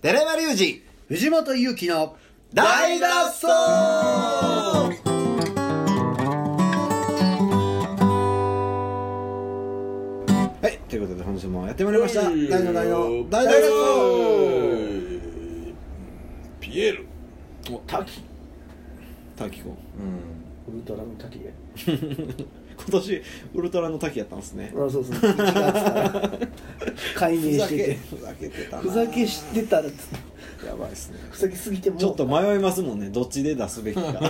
寺山隆二藤本勇樹の大脱走はいということで本日もやってまいりましたうん大の大の大脱走ピエールもう滝滝子ウルトラの滝ね今年ウルトラの滝やったんですねあそうそう1月から解明ふざしけててふざけてたなふざけしてたらつやばいですねふざけすぎてもうちょっと迷いますもんねどっちで出すべきか今年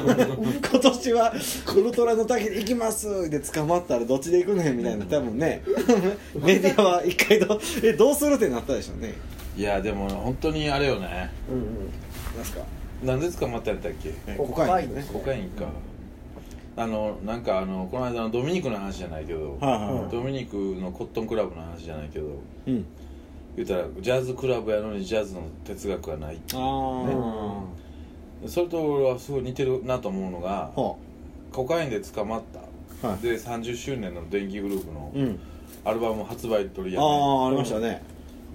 はウルトラの滝に行きますで捕まったらどっちで行くねんみたいな多分ね メディアは一回どえどうするってなったでしょうねいやでも本当にあれよねうんうんなんすか何で捕まったんやったっけえココカカイインンでねすコカインかあのなんかあのこの間のドミニクの話じゃないけど、はいはいはいドミニクのコットンクラブの話じゃないけどうん言ったらジャズクラブやのにジャズの哲学はないっていうあそれと俺はすごい似てるなと思うのがあはコカインで捕まった、はいで30周年の電気グループのあうんアルバム発売取りあやね、あありましたね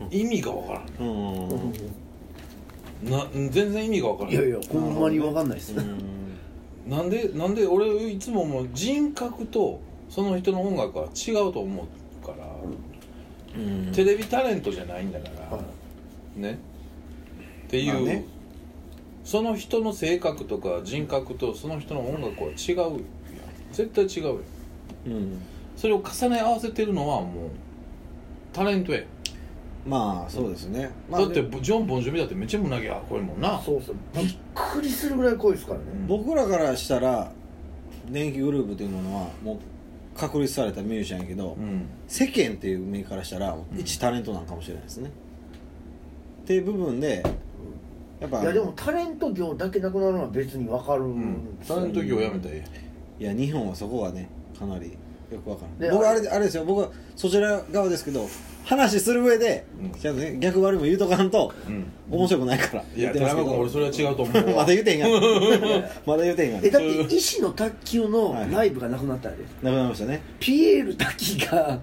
意味がわからんうん うんな全然意味がわからんいやいやほんまにわかんないですねなんでなんで俺いつももう人格とその人の音楽は違うと思うから、うんテレビタレントじゃないんだから、はねっていう、まあねその人の性格とか人格とその人の音楽は違うよ絶対違うようんそれを重ね合わせてるのはもうタレントや、まあそうですねまあだってジョン・ボンジョビだってめっちゃ胸毛あこれもんなそうそうびっくりするぐらい濃いですからね僕らからしたら電気グループというものはもう確立されたミュージシャンやけど、うん世間っていう目からしたら一タレントなんかもしれないですね、っていう部分でやっぱいやでもタレント業だけなくなるのは別にわかるんですタよレント業やめたらえいや日本はそこがねかなりよくわからでん僕ああれあれですよ僕はそちら側ですけど話する上で、うんちゃんとね逆割りも言うとかんと、えうん面白くないからいやて寺山君俺それは違うと思 うまわだ言うてへんやん まだ言うてへんやんえなだって医師の卓球のはいライブがなくなったらですくなりましたねピエール滝 が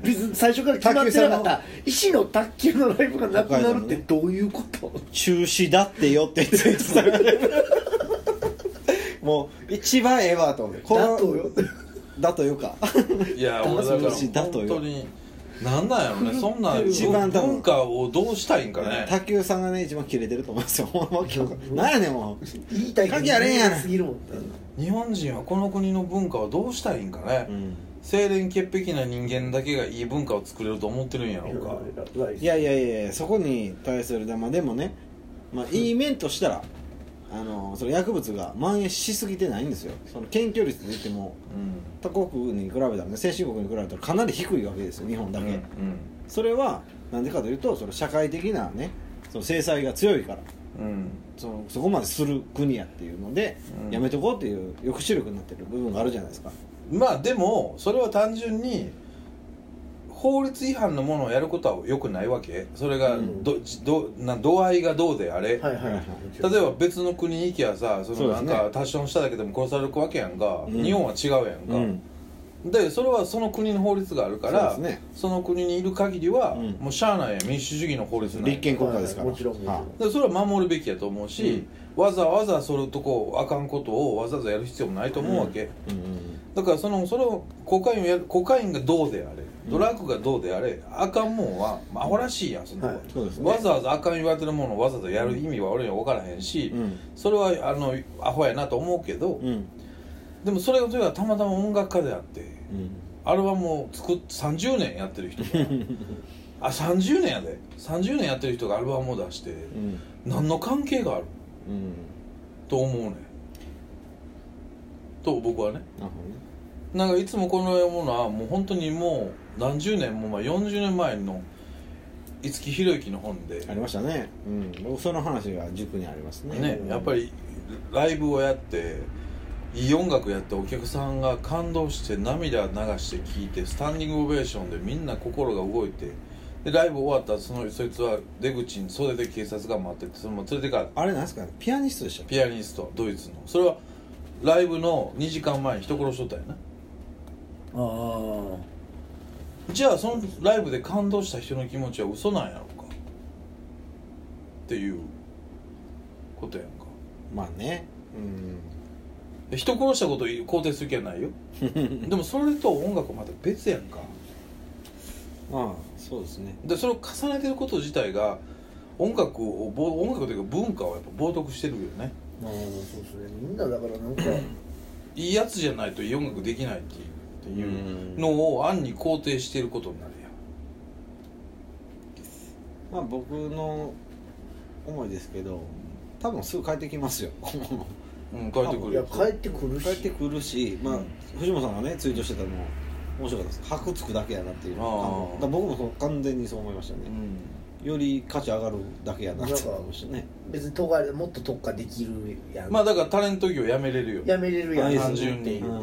別に最初から決まってなかった石の卓球のライブがなくなるってどういうこと中止だってよって言ってたもう一番ええわと思ってこのだとよだとよかいや俺だから男子だと本よ当になんなんやろねそんな一番多分文化をどうしたいんかね卓球さんがね一番キレてると思いますよほんま今日なんやねんもう言いたい関係あれんやんすぎるもんね日本人はこの国の文化をどうしたいんかね、うん清廉潔癖な人間だけがいい文化を作れると思ってるんやろうか、いやいやいやそこに対するで,、まあ、でもね、まあ、いい面としたらあのその薬物が蔓延しすぎてないんですよその検挙率で言ってもうん他国に比べたらね先進国に比べたらかなり低いわけですよ日本だけ、うんそれはなんでかというとその社会的なねその制裁が強いからうんうんそのそこまでする国やっていうので、うんやめとこうっていう抑止力になってる部分があるじゃないですかまあでもそれは単純に法律違反のものをやることはよくないわけそれがうんど、どな度合いがどうであれ、はいはいはい例えば別の国に行きゃさそそうでのなすんねかタッションしただけでも殺されるわけやんか、うん日本は違うやんか、うんでそれはその国の法律があるからそうですねの国にいる限りは、うんもうしゃあないやん民主主義の法律なんや立憲国家ですから、はいはいもちろんもちろんはでそれは守るべきやと思うし、わざわざそれとこあかんことをわざわざやる必要もないと思うわけ、いうんうんだからそのそれをコカインをやるコカインがどうであれドラッグがどうであれ、あかんもんは、まあ、アホらしいやんそんなの、はいそうですねわざわざあかん言われてるものをわざわざやる意味は俺には分からへんし、うんそれはあのアホやなと思うけど、うんでもそれがそれがたまたま音楽家であってうんアルバムを作っ30年やって る人があ30年やで30年やってる人がアルバムを出してうん何の関係があるうんと思うねんと僕はねなるほどねなんかいつもこのものはもう本当にもう何十年も前40年前の五木ひろゆきの本でありましたねうん僕その話が塾にありますねねやっぱりライブをやっていい音楽やってお客さんが感動して涙流して聴いてスタンディングオベーションでみんな心が動いてでライブ終わったらそのそいつは出口に袖で警察が待っててそのまま連れてかあれなんですかねピアニストでしたっけピアニストドイツのそれはライブの2時間前に人殺しとったよなああじゃあそのライブで感動した人の気持ちは嘘なんやろうかっていうことやんかまあねで人殺したこと肯定する気 はないよでもそれと音楽はまた別やんかうんまあそうですねでそれを重ねてること自体が音楽をぼ音楽というか文化をやっぱ冒涜してるよねああそうですねみんなだからなんかいいやつじゃないといい音楽できないっていうっていううのを暗に肯定していることになるやんまあ僕の思いですけど多分すぐ帰ってきますようん、帰ってくいるやよ帰ってくるし帰ってくるし、まあうん藤本さんがねツイートしてたのも面白かったです「箔つくだけやな」っていうのあーがだから僕もそう完全にそう思いましたうね、んより価値上がるだけやなって思いましたね別に都外でもっと特化できるやんまあだからタレント業やめれるよやめれるやんあいいですね単純にうん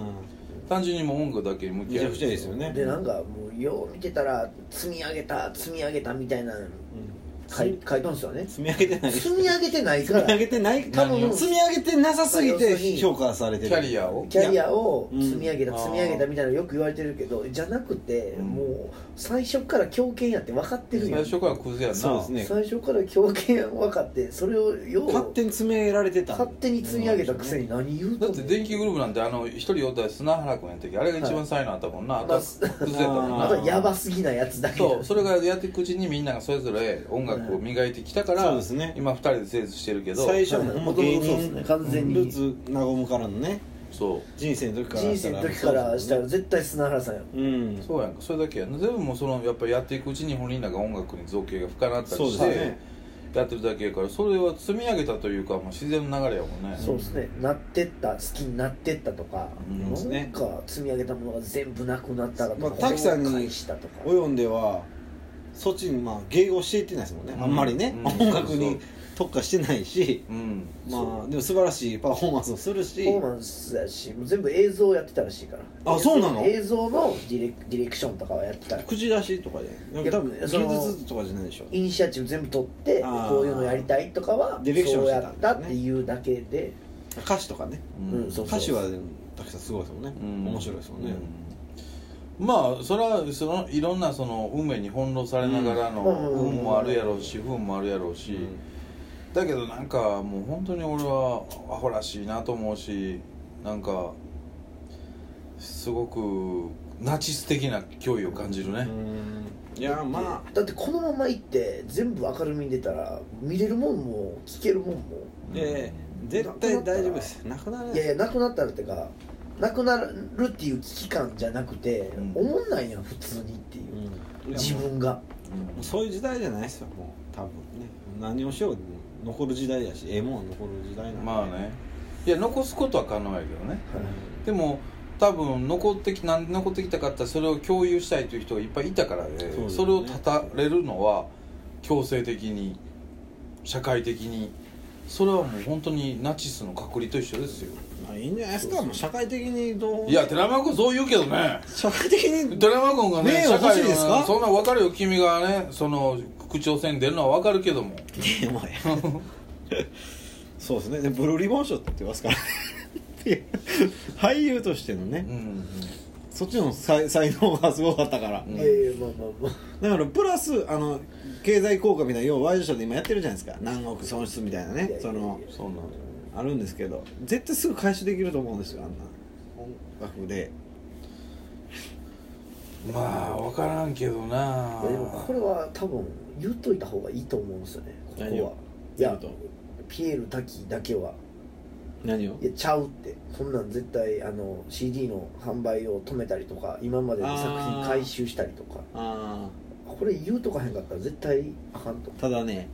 単純にもう音楽だけに向めきち合ゃうくちゃいいですよねでなんかもうよう見てたら積み上げた積み上げたみたいなのうん書い書いとんすよね積み上げてない積み上げてないか積み上らげてない多多分分積み上げてなさすぎ要するてに評価されてキるャリアをキャリアをうん積み上げた、あー積み上げたみたいなのよく言われてるけどじゃなくて、うんもう最初から狂犬やって分かってる最やん初からクズやなそうですね最初から狂犬分かってそれをよう勝手に積み上げられてた勝手に積み上げたくせに何言うだとって電気グループなんてあの一人おったら砂原君やったっけあれが一番才能あったもんな、いあとはクズやったもんまなあとはヤバすぎなやつだけそうそれがやっていくうちにみんながそれぞれ音楽を磨いてきたから、そうですね今二人で成立してるけど最初はもう芸そうですね人完全にルーツなごむからのねそ人生の時から人生の時からしたら絶対砂原さんやうんうそうやんかそれだけやな全部もうそのやっぱりやっていくうちに本人らが音楽に造形が深なったそうりでしすて、ねやってるだけやからそれは積み上げたというか、まあ、自然の流れやもんねそうですねなってった好きになってったとか、うんなんそうですねか積み上げたものが全部なくなったらとか、まあ滝さんに崩壊したとか及んではそっちにまあ迎合していってないですもんね、うんあんまりね、うん音楽そうに特化してないしうんまあでも素晴らしいパフォーマンスをするしパフォーマンスやしもう全部映像やってたらしいからあそうなの映像のディレディレクションとかはやってたら口出しとかいでや多分その技術とかじゃないでしょイニシアチブ全部取ってあーこういうのやりたいとかはディレクショそンうしてやたっんただねっていうだけで歌詞とかねうんそう歌詞はたくさんすごいですもんね、うん面白いですもんね、うんまあそれはそのいろんなその運命に翻弄されながらのうん運もあるやろうし不運もあるやろうし、だけどなんかもう本当に俺はアホらしいなと思うしなんかすごくナチス的な脅威を感じるね、うんいやまだってこのまま行って全部明るみに出たら見れるもんも聞けるもんもあで絶対大丈夫ですなくならないいやいやなくなったらってかなくなるっていう危機感じゃなくて、うんおもんないやん普通にっていうう、ん自分がうんもうそういう時代じゃないですよもう多分ね何をしようでも残る時代やしええもんは残る時代なんでまあねいや残すことは可能やけどねはいでも多分残ってきなんで残ってきたかったらそれを共有したいという人がいっぱいいたからねうそですねれを断たれるのは強制的に社会的にそれはもう本当にナチスの隔離と一緒ですよまあいいんじゃないですかもう社会的にどういや寺山君そう言うけどね社会的に寺山君がね名誉社欲会しいですかのそんな分かるよ君がねその口調せん出るのは分かるけどもテーマや そうですねでブルーリボン賞って言ってますからっていう俳優としてのうねんそっちの才才能がすごかったから、うんいやいやまあまあだまからプラスあの経済効果みたいな要はワイドショーで今やってるじゃないですか何億損失みたいなねあそのいやいやいやそうなのあるんですけど絶対すぐ回収できると思うんですよあんな音楽でまあ分からんけどないやでもこれは多分言っといた方がいいと思うんですよねこ何こはをいやピエール滝だけは何をいやちゃうってこんなん絶対あの CD の販売を止めたりとか今までの作品回収したりとかあこれ言うとかへんかったら絶対あかんとあただね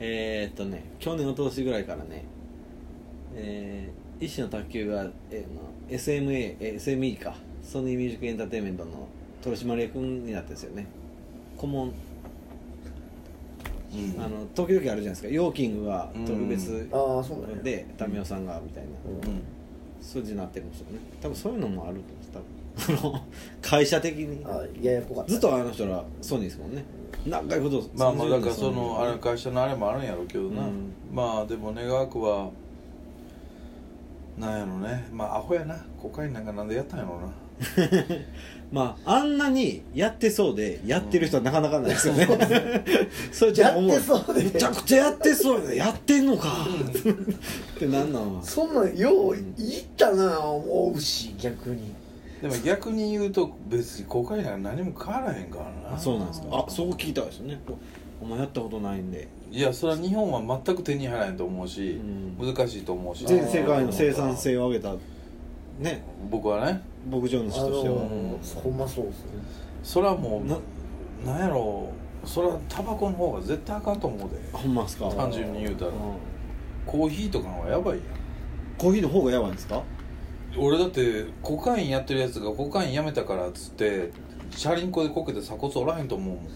えー、っとね去年おととしぐらいからねえー、医師の卓球が、えー、の SMA、えー SME かソニーミュージックエンターテインメントの取締役になったんですよね顧問うんあの時々あるじゃないですかヨーキングが特別ああそうなんやで民生さんがみたいなうん数字になってるんですよね多分そういうのもあると思うんです多分 あの会社的にあややこかったずっとあの人らソニーですもんね長いことまあまあ30だからそ年のソニーあれ会社のあれもあるんやろうけどな、うんまあでも願わくはなんやろねまあアホやなコカインなんかなんでやったんやろうまああんなにやってそうでやってる人はなかなかないですよね、それちょっと思やってそうでめちゃくちゃやってそうでやってんのかってなんなんはそんなんよう言ったな思うし逆にでも逆に言うと別に公開なんか何も変わらへんからなそうなんですかあそこ聞いたんですよねお前やったことないんでいやそれは日本は全く手に入らへんと思うし、うん難しいと思うし全世界の生産性を上げたね僕はね牧場あ主のとしてはほんまそうですねそれはもなうなんやろうそれはタバコの方が絶対あかんと思うでほんまっすか単純に言うたらうんコーヒーとかの方がやばいやんコーヒーの方がやばいんですか俺だってコカインやってるやつがコカインやめたからっつって車輪っこでこけて鎖骨おらへんと思うもん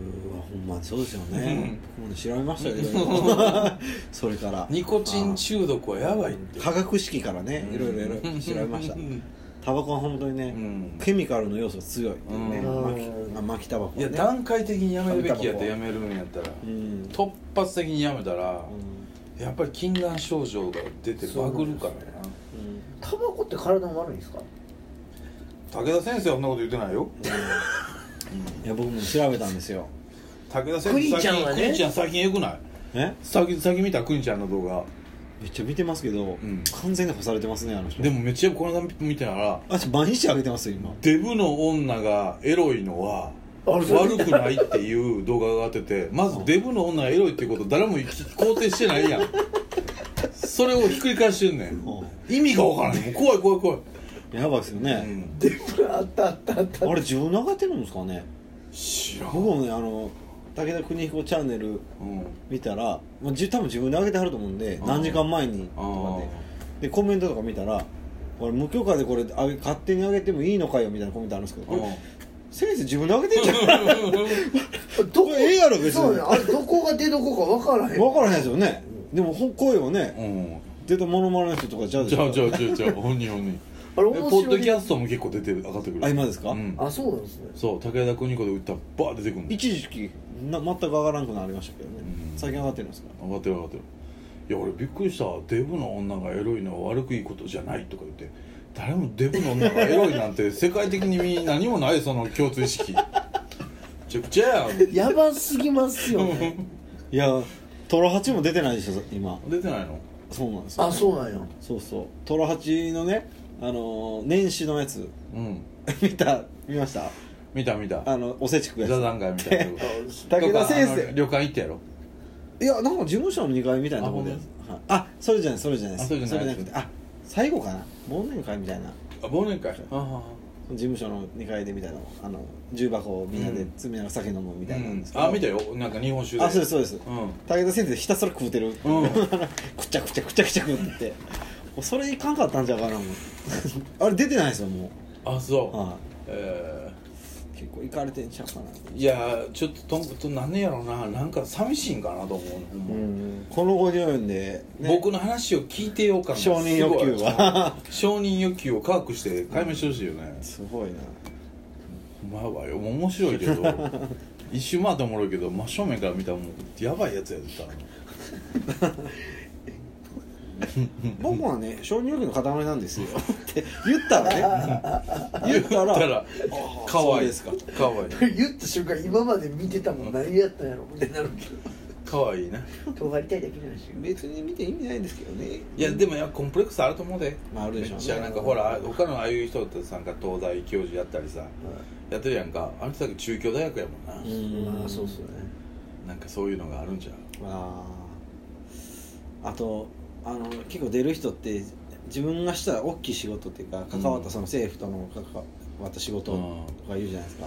うわほんまそうですよね、もう調べましたよ、 それからニコチン中毒はやばいって科学式からねいろいろいろ調べましたうんタバコは本当にね、うんケミカルの要素が強いっていうね、うん巻きまあ巻きタバコはねいや段階的にやめるべきやったらやめるんやったらうん、うん突発的にやめたらやっぱり禁断症状が出てバグるからやなうんタバコって体に悪いんですか武田先生はそんなこと言ってないよいや僕も調べたんですよ武田先ク生ニちゃんは最近クねニちゃん最近よくないえ先先見たクニちゃんの動画めっちゃ見てますけど、ん完全に干されてますねあの人でもめっちゃこの間見てたらあちょ毎日あげてますよ今デブの女がエロいのはあれそれ悪くないっていう動画があっててまずデブの女がエロいっていうこと誰も肯定してないやんそれをひっくり返してんねん意味がわからないもう怖い怖い怖い、やばいですようね、ん、デブあったあったあったあれ自分の上がってるんですかね知らん、僕もねあの武田邦彦チャンネルうん見たら、まあ、じ多分自分で上げてはると思うんでん何時間前にあとかーででコメントとか見たらこれ無許可でこれあげ勝手に上げてもいいのかよみたいなコメントあるんですけどこれ先生自分で上げてんじゃんどこれええやろ別にそうねあれどこが出どこか分 からへん分からへんですよねでもほ声をうねん出たモノマネの人とかちゃうでしじゃあょじゃあじゃあじゃあ本人本人あれえ面ポッ白ドいキャストも結構出てる上がってくるあ今ですかうん、あそうなんですねそう武田邦子で打ったらバー出てくるの一時期な全く上がらんくなりましたけどねうん最近上がってるんですか上がってる上がってるいや俺びっくりしたデブの女がエロいのは悪くいいことじゃないとか言って誰もデブの女がエロいなんて 世界的に何もないその共通意識めちゃくちゃやん やばすぎますよねいやトロハチも出てないでしょ今出てないのそうなんですよあそうなんやそうそうトロハチのねあのー年始のやつうん 見た見ました見た見たあのおせち食うやつ座談会みたいなとこ 武田先とかあの生旅館行ったやろいやなんか事務所の2階みたいなところでああほんあそれじゃないそれじゃないですあそれじゃないくてあ最後かな忘年会みたいなあ忘年会ああ事務所の2階でみたいなあの重箱をみんなで積みながら酒飲むみうたいなんんですけど、あ見たよなんか日本酒であそうですそうですうん武田先生ひたすら食うてる、うんくちゃくちゃくちゃくちゃ食うててもうそれいかんかったんじゃうかなもう あれ出てないですよもあう、そう、はえい結構いかれてんちゃうかなーいやちょっととんと何やろうななんか寂しいんかなと思うねほんまうんこの後に及んで、ね、僕の話を聞いてようかな承認欲求は承認欲求を科学して解明してほしいよね、すごいなまあわよ面白いけど 一周回っておもろいけど真正面から見たらもうやばいやつやった僕はね承認欲求の塊なんですよって言ったらね言ったらあかわいいそうですかわい言った瞬間今まで見てたもん何やったんやろってなるけいかわいいなど尖りたいだけなんですよ別に見て意味ないんですけどねいやでもやっぱコンプレックスあると思うでまああるでしょうねめっちゃなんかほら他のああいう人ってさなんか東大教授やったりさやってるやんかあの人だけ中京大学やもんな、うんまあそうっすよねなんかそういうのがあるんじゃんまああとあの結構出る人って自分がした大きい仕事っていうか関わっうんたその政府との関わった仕事とか言うじゃないですか、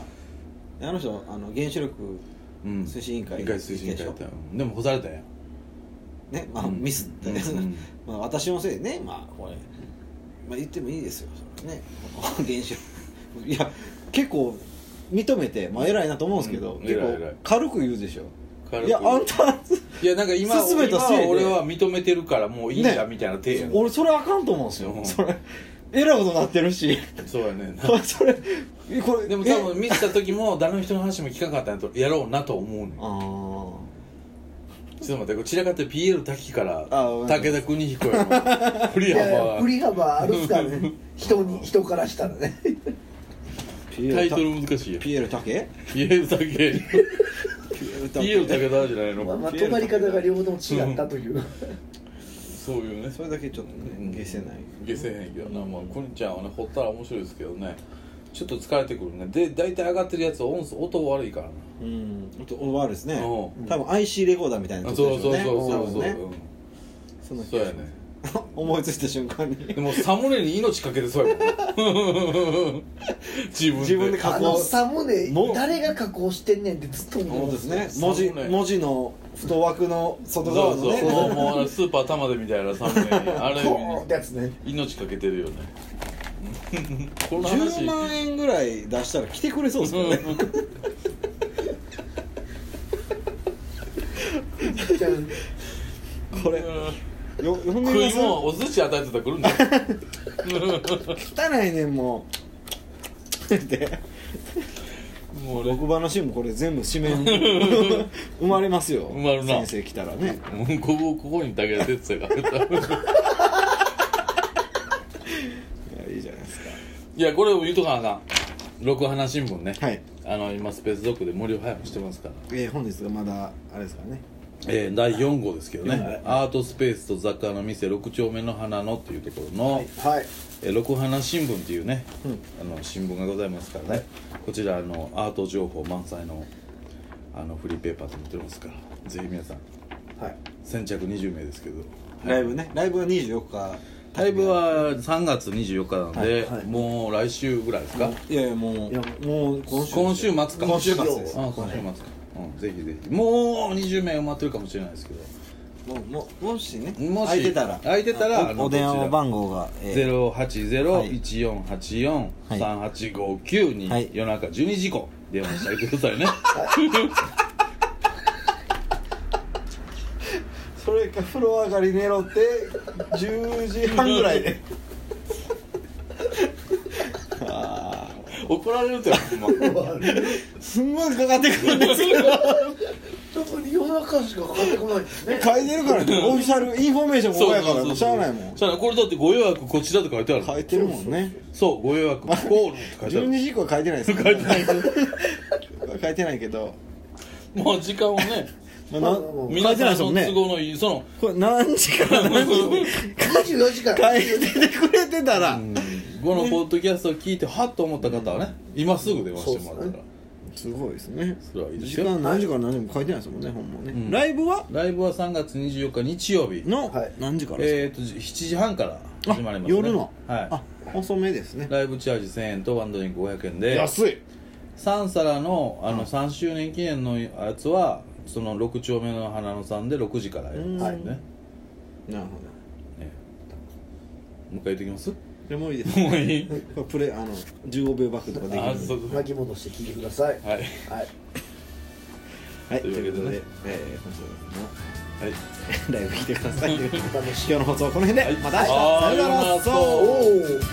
であの人あの原子力うん推進委員会一回推進委員会やったよでも干されたやんねまあうんミスって、うんまあ私のせいでねまあこれ、まあ、言ってもいいですよそれはね原子力いや結構認めて、まあ、偉いなと思うんですけど、うん結偉い偉い構軽く言うでしょ軽くいやあんたいやなんか今進めた今せいでは俺は認めてるからもういいんだねみたいな手やん、俺それあかんと思うんですよ、うんそれえらいことなってる しそうやねんなこれそれえこれでもえ多分見せた時も誰の人の話も聞かなかったんやとやろうなと思うねんあちょっと待ってこれ散らかって PL 滝からあごめん武田邦 彦への振りいやいや振幅り幅あるっすから ね人に人からしたらねピタエイートルル難しいよピエール竹 PL 滝ピピエールエル武田じゃないのまあまとまり方が両方とも違ったというそういうねそれだけちょっとうんね消せない下せへんけどなまあくにちゃんはね掘ったら面白いですけどねちょっと疲れてくるねで大体上がってるやつは音数音悪いからなうんあと終わるですねうん多分 IC レコーダーみたいなあやつそうそうそうねそうそう、多分ねうそん、のそうやね思いついた瞬間にでもサムネに命かけてそうやもん 自分で自分であ加の工サムネも誰が加工してんねんってずっと思そううですねそう文字そうね文字の太枠の外そ側うのそうねもうもうスーパー玉でみたいなサムネあれこうってやつね命かけてるよねこの話10万円ぐらい出したら来てくれそうですけどねじゃあこれうんよ読んで食みまいす物お寿司与えてたら来るんだよ汚いねんもうでもう俺僕話もこれ全部紙面埋まりますよ埋まるな先生来たらねもうここここにだけ出てたかいらやいいじゃないですいやこれを言うとかなあかん六花新聞ね、かはい、あの今スペースドックで無料配布してますから、えー、本日がまだあれですからねえー第4号ですけど四号ねアートスペースと雑貨の店六丁目の花野っていうところの、はいえー六花新聞っていうね、うんあの新聞がございますからね、こちらあのアート情報満載のあのフリーペーパーとなってますからぜひ皆さんはい先着20名ですけどライブねライブは24日ライブは3月24日なんで、はいはいもう来週ぐらいですか、いやいやもういやもう今週今週末か今週末ですあ今週末か、うん、ぜひぜひもう20名埋まってるかもしれないですけどもうもうもしねもし空いてたら空いてたらおあのお電こち話ら番号が、えー08014843859に、はい夜中12時以降電話してあげてくださいね それか風呂上がり寝ろって10時半ぐらいでああ怒られるってほん ますんごいかかってくるんですけど特に夜中しかかかってこないですね書いてるからねオフィシャルインフォメーションもここやからもうしゃあないもんしゃあないこれだってご予約こちらって書いてある書いてるもんねそうご予約コールって書いてある12時以降は書いてないですからね書いてないけど、もう時間をねまあ、まあなまあまあ 書いてな皆いさでんすもんの都ね合のい いそのこれ何時から何時に24時間書いててくれてたらこのポッドキャストを聞いてはっと思った方はね今すぐ電話してもらったらすごいですねそれはいいです時よ間何時から何時も書いてないですもんねほんまね、んライブはライブは3月24日日曜日のはい何時からですか、えー、と7時半からあ始まります、ね、夜の、はあ遅めですねい、ライブチャージ1000円とワンドリンク500円で安い3皿のあの3周年記念のやつはその6丁目の花野さんで6時からやるんですよねなるほええもう一回言ってきます どでもういいですもういいこれプレイあの15秒バックとかできるあんでそう巻き戻して聞いてくださいはいはいはいとといいううここととでで、えー、本日のライはいブ来てください。今 お試し日の放送はこの辺で、はいまた明日はいさようならさようならおお